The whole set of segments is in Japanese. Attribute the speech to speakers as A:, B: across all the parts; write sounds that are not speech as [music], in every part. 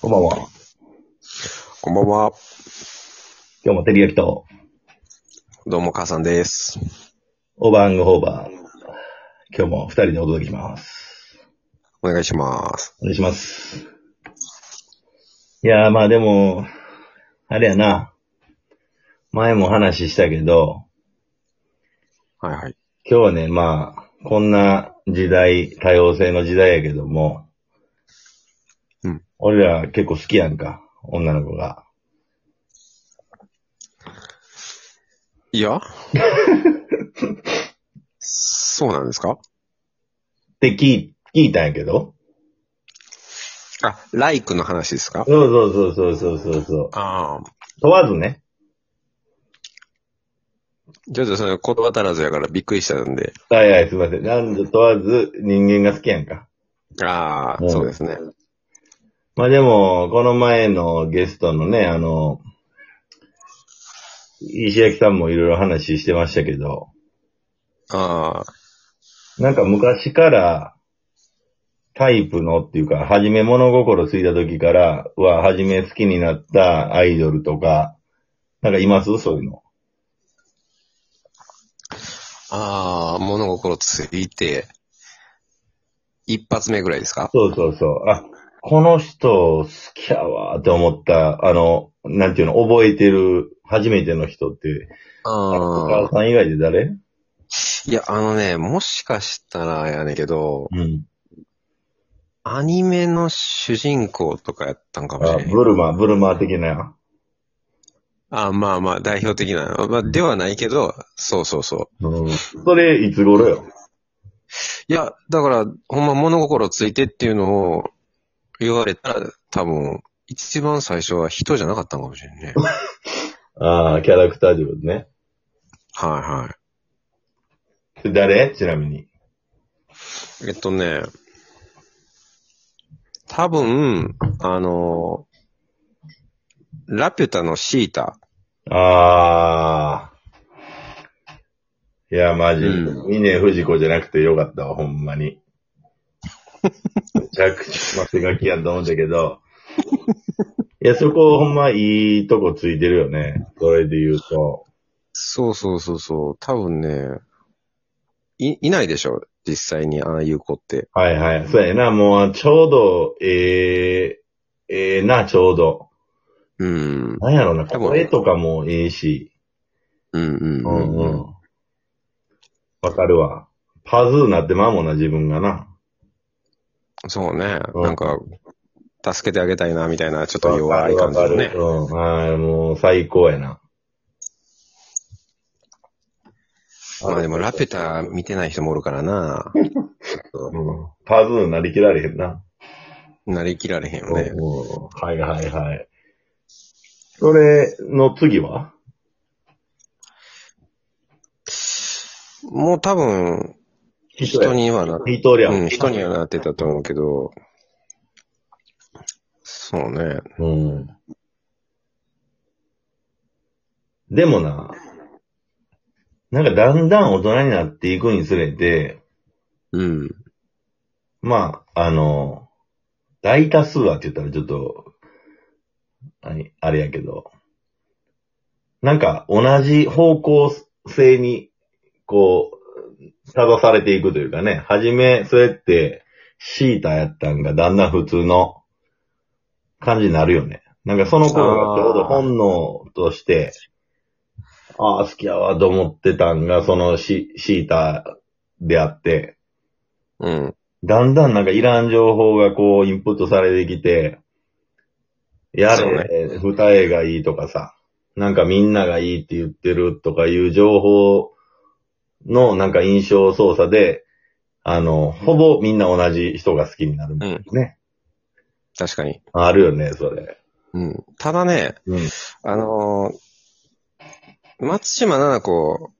A: こんばんは。
B: こんばんは。
A: 今日も照り焼きと、
B: どうも、母さんです。
A: オーバーアングホーバー。今日も二人でお届けします。
B: お願いします。
A: お願いします。いやー、まあでも、あれやな。前も話したけど、
B: はいはい。
A: 今日はね、まあ、こんな時代、多様性の時代やけども、
B: うん。
A: 俺ら結構好きやんか、女の子が。
B: いやそうなんですか
A: って聞い聞いたんやけど。
B: あ、ライクの話ですか
A: そうそうそうそうそうそうそう。
B: ああ。
A: 問わずね。
B: ちょっとその言葉足らずやからびっくりしたんで。
A: はいはい、すいません。男女問わず人間が好きやんか。
B: ああ、
A: うん
B: そうですね。
A: まあでも、この前のゲストのね、あの、石焼さんもいろいろ話してましたけど、
B: ああ。
A: なんか昔から、タイプのっていうか、初め物心ついた時からは、初め好きになったアイドルとか、なんかいますそういうの。
B: ああ、物心ついて、一発目ぐらいですか
A: そうそうそう。あ、この人好きやわーって思った、あの、なんていうの、覚えてる初めての人って、お
B: あ
A: 母
B: あ。
A: さん以外で誰
B: いや、あのね、もしかしたらやねんけど、
A: うん。
B: アニメの主人公とかやったんかもし
A: あ、
B: れない。
A: ブルマ、ブルマ的な。
B: あまあまあ、代表的な。まあ、ではないけど、そうそうそう。
A: うん。それ、いつ頃よ。
B: いや、だから、ほんま物心ついてっていうのを言われたら、多分、一番最初は人じゃなかったのかもしれんね。はい
A: ああ、キャラクターってことね。
B: は
A: それ誰ちなみに。
B: い。えっとね、多分、あの、ラピュタのシータ。
A: ああ。いや、マジ。
B: う
A: 峰不二子じゃなくてよかったわ、ほんまに。めちゃくちゃ手書きやと思うんだけ [laughs] ど。いや、そこほんまいいとこついてるよね。それで言うと。
B: そうそうそうそう。多分ね、い、いないでしょ実際にああいう子って。
A: はいはい。そうやな、もうちょうど、ええええな、ちょうど。
B: うん。
A: なんやろな、
B: 多分
A: 声とかもええし。
B: うんうん
A: う
B: うん
A: んう
B: うんん。
A: わかるわ。パズーなってまうもんな、自分がな。
B: そうね。
A: うん
B: なんか、助けてあげたいな、みたいな、ちょっと弱い感じの
A: わか
B: ね
A: る。わかるうん。あーもう最高やな。
B: まあでも、ラピュタ見てない人もおるからな。
A: うん。パズーなりきられへんな。
B: なりきられへんよね
A: う。んうんはいはいはい。それの次は
B: もう多分、人。にはな、
A: 一人や。
B: うんん、人にはなってたと思うけど、そうね。
A: うん。でもな、なんかだんだん大人になっていくにつれて、
B: うん。
A: まあ、あの、大多数はって言ったらちょっと、何あれやけど、なんか同じ方向性に、こう、正されていくというかね、はじめ、そうやって、シータやったんがだんだん普通の感じになるよね。なんかその頃がちょうど本能として、ああ、好きやわと思ってたんが、そのシシータであって、
B: うん。
A: だんだんなんかいらん情報がこうインプットされてきて、や
B: そう
A: れ、二重がいいとかさ、なんかみんながいいって言ってるとかいう情報のなんか印象操作で、あの、ほぼみんな同じ人が好きになるみたいなね。
B: 確かに。
A: あるよね、それ。
B: うん。ただね、
A: うん。
B: あのー松島奈々子、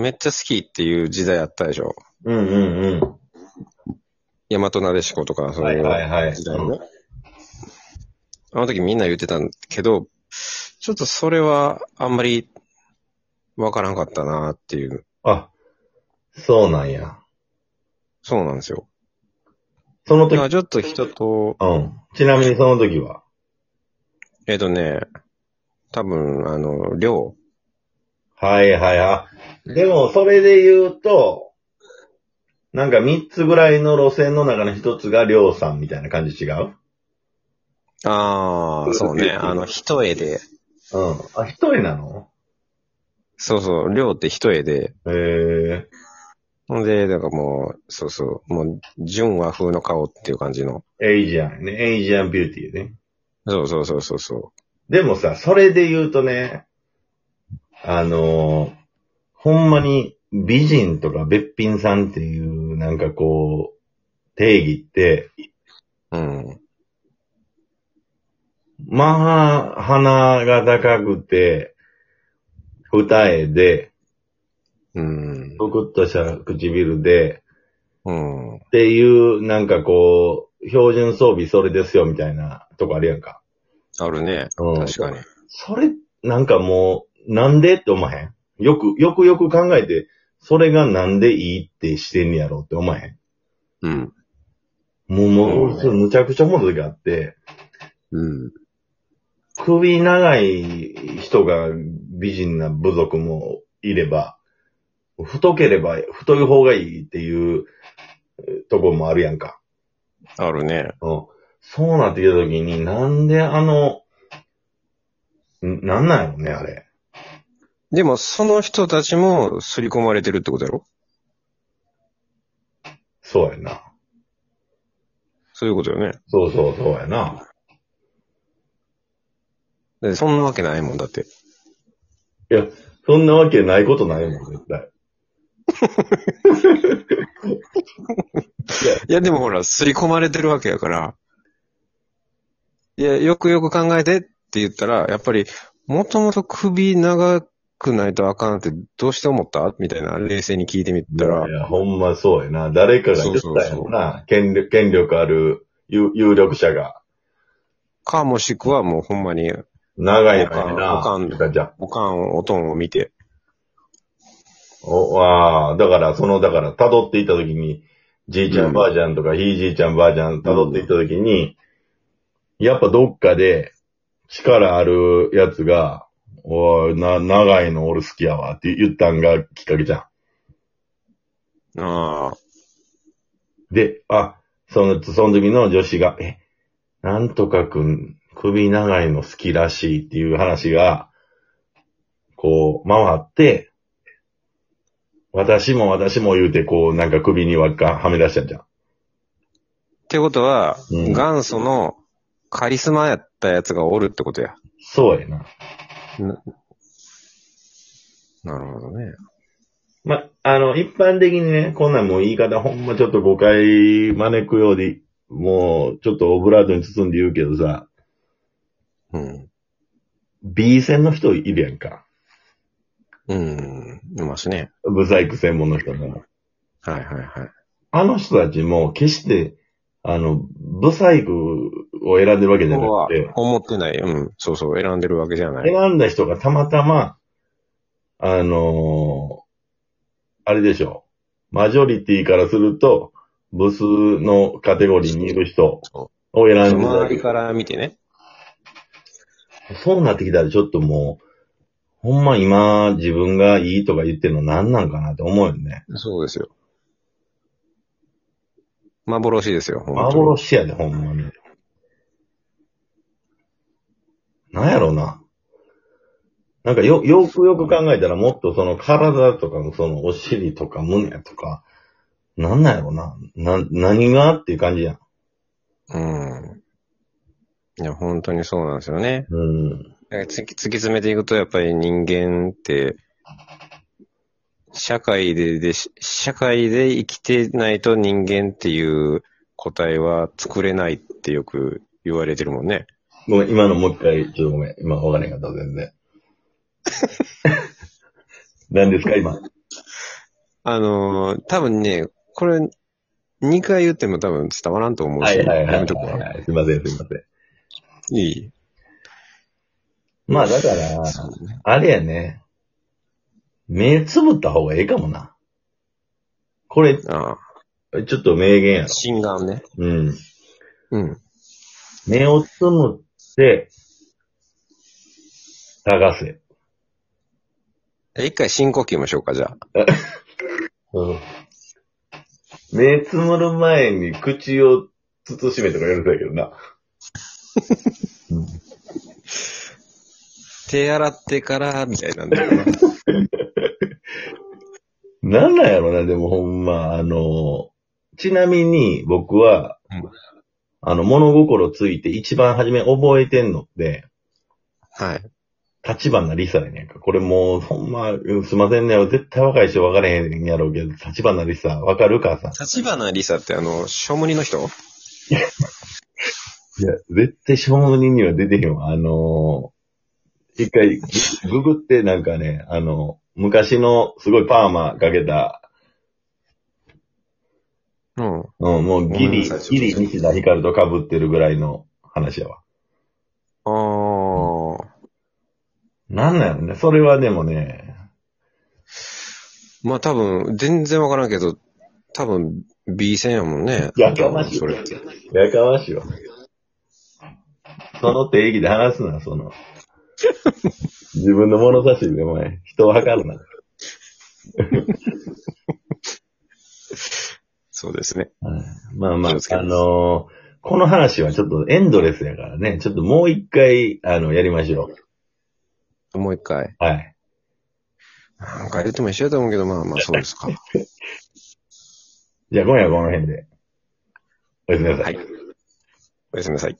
B: めっちゃ好きっていう時代あったでしょ。
A: うんうん
B: 大和なでしことか、
A: う
B: そ
A: ん。
B: う
A: はいいうはいはい。
B: 時代ね。あの時みんな言ってたんけど、ちょっとそれはあんまりわからんかったなっていう。
A: あ、そうなんや。
B: そうなんですよ。
A: その
B: だから
A: 時、
B: ちょっと人と、
A: うん。ちなみにその時は。
B: えっ、とね、多分、あの、量。
A: はいはいは
B: う
A: い。
B: ん
A: でも、それで言うと、なんか3つぐらいの路線の中の1つがりょうさんみたいな感じ違う
B: ああ、そうね。あの、一重で。
A: うん。あ、一人なの
B: そうそう、量って一重で。
A: へえ
B: ほんで、だからもう、そうそう、もう、純和風の顔っていう感じの。
A: ー、エイジアンね。エイジアンビューティーね。
B: そうそうそうそうそ
A: でもさ、それで言うとね、あのーほんまに美人とかべっぴんさんっていう、なんかこう、定義って、
B: う。うん。
A: まあ、鼻が高くて、二重で、
B: うん。
A: ぷくっとした唇で、
B: うん。
A: っていう、なんかこう、標準装備それですよ、みたいなとこあるやんか。
B: あるね。
A: うん
B: 確かに。
A: それ、なんかもう、なんでって思わへんよく、よくよく考えて、それがなんでいいってしてんねやろうって思わへん
B: うん。
A: もう、もう、
B: うん
A: それむちゃくちゃ思う時があって、
B: うん。
A: 首長い人が美人な部族もいれば、太ければ太い方がいいっていうえとこもあるやんか。
B: あるね。
A: うんそうなってきたときに、なんであの、んなんなんやろね、あれ。
B: でも、その人たちも刷り込まれてるってことやろ
A: そうやな。
B: そういうことよね。
A: そうそう、そうやな。
B: でそんなわけないもんだって。
A: そんなわけないことないもん、絶対。
B: いや、でもほら、刷り込まれてるわけやから。いや、よくよく考えてって言ったら、やっぱり、もともと首長くないとあかんって、どうして思ったみたいな、冷静に聞いてみたら
A: い、や、ほんまそうやな。誰かが言ったや
B: そうそ
A: ろ
B: う
A: な。権力、権力ある有有力者が。
B: かもしくはもうほんまに、
A: 長いのに
B: おか
A: な。
B: んおかん
A: 言ったじゃん。
B: おかん、おとんを見て、
A: お、ああ、だから、その、だから、辿っていったときに、じいちゃ
B: うん
A: んばあちゃんとか、ひいじいちゃんばあちゃん辿っていったときに、やっぱどっかで、力あるやつが、おい、な、長いの俺好きやわって言ったんがきっかけじゃ
B: ああ、
A: ん。で、あ、その、その時の女子が、え、なんとかくん、首長いの好きらしいっていう話が、こう、回って、私も私も言うて、こう、なんか首に輪っかはめ出したじゃん。
B: ってことは、
A: うん
B: 元祖のカリスマやったやつがおるってことや。
A: そうやな。
B: なるほどね。
A: ま、あの、一般的にね、こんなんもう言い方ほんまちょっと誤解招くようで、もうちょっとオブラートに包んで言うけどさ、
B: うん。
A: B 線の人いるやんか。
B: うん。いますね。
A: ブサイク専門の人ね。
B: はいはいはい。
A: あの人たちも決して、あの、ブサイクを選んでるわけじゃ
B: 僕
A: な
B: は
A: くて、
B: 思ってない。うん。そうそう。選んでるわけじゃない。
A: 選んだ人がたまたま、あのーあれでしょう。マジョリティからすると、ブスのカテゴリーにいる人
B: そ
A: を選んで
B: う
A: るだ
B: 周
A: け
B: りから見てね。
A: そうなってきたらちょっともう、ほんま今自分がいいとか言ってるの何なんかなって思うよね。
B: そうですよ。幻ですよ。本当に
A: 幻やで、ほんまに。なんやろうな。なんかよ、よくよく考えたらもっとその体とかのそのお尻とか胸とか、なんなんやろうな。な、何がっていう感じやん。
B: うん。いや、本当にそうなんですよね。
A: うん。
B: 突き突き詰めていくと、やっぱり人間って、社会ででし、社会で生きてないと人間っていう答えは作れないってよく言われてるもんね。
A: ごめん、今のもう一回、ちょっとごめん。今わからへんかった、全
B: [laughs]
A: 然。何ですか、今。
B: あのー多分ね、これ、2回言っても多分伝わらんと思うし、やめとくわ
A: い。すいません、すいません。
B: いい
A: まあだから、
B: そうね。
A: あれやね。目つぶった方がええかもな。これ、ち
B: あ
A: ょっと名言や
B: あ、
A: ろ。
B: 心眼ね。
A: うん。
B: うん。
A: 目をつむって、探せ。
B: え一回深呼吸もしようか、じゃあ。
A: うん。目つむる前に口を慎めとかやるんだけどな。
B: 手洗ってから、みたいな
A: [laughs]
B: んで。
A: なんなんやろな、でもほんま、あの、ちなみに僕は、
B: うん
A: あの、物心ついて一番初め覚えてんのって、
B: はい。
A: 立花リサやねんか。これもう、ほんま、うんすいませんね。絶対若い人分からへんやろうけど、立花リサ、分かるかさん。
B: 立花りさってあの、小無理の人
A: いや、絶対証人には出てへんわ。あのー一回、ググってなんかね、あの、昔のすごいパーマかけた、
B: うん。
A: うん、もうギ
B: ごめんな
A: リ
B: さい、
A: ギリ西田ヒカルと被ってるぐらいの話やわ。
B: あー。
A: なんなんやろね。それはでもね、
B: まあ多分、全然わからんけど、多分、B 戦やもんね。
A: やかましい
B: それ。
A: やかましいわ。その定義で話すな、その。自分の物差しでお前、人を測るな。
B: そうですね。
A: まあまあ、
B: 気をつけ
A: あ
B: ます
A: のーこの話はちょっとエンドレスやからね、ちょっともう一回、あの、やりましょ
B: もう一回。
A: う。はい。
B: なんか言っても一緒やと思うけど、まあまあそう
A: [laughs]
B: ですか。
A: じゃあ今夜はこの辺で。おやすみなさい
B: はい。おやすみなさい。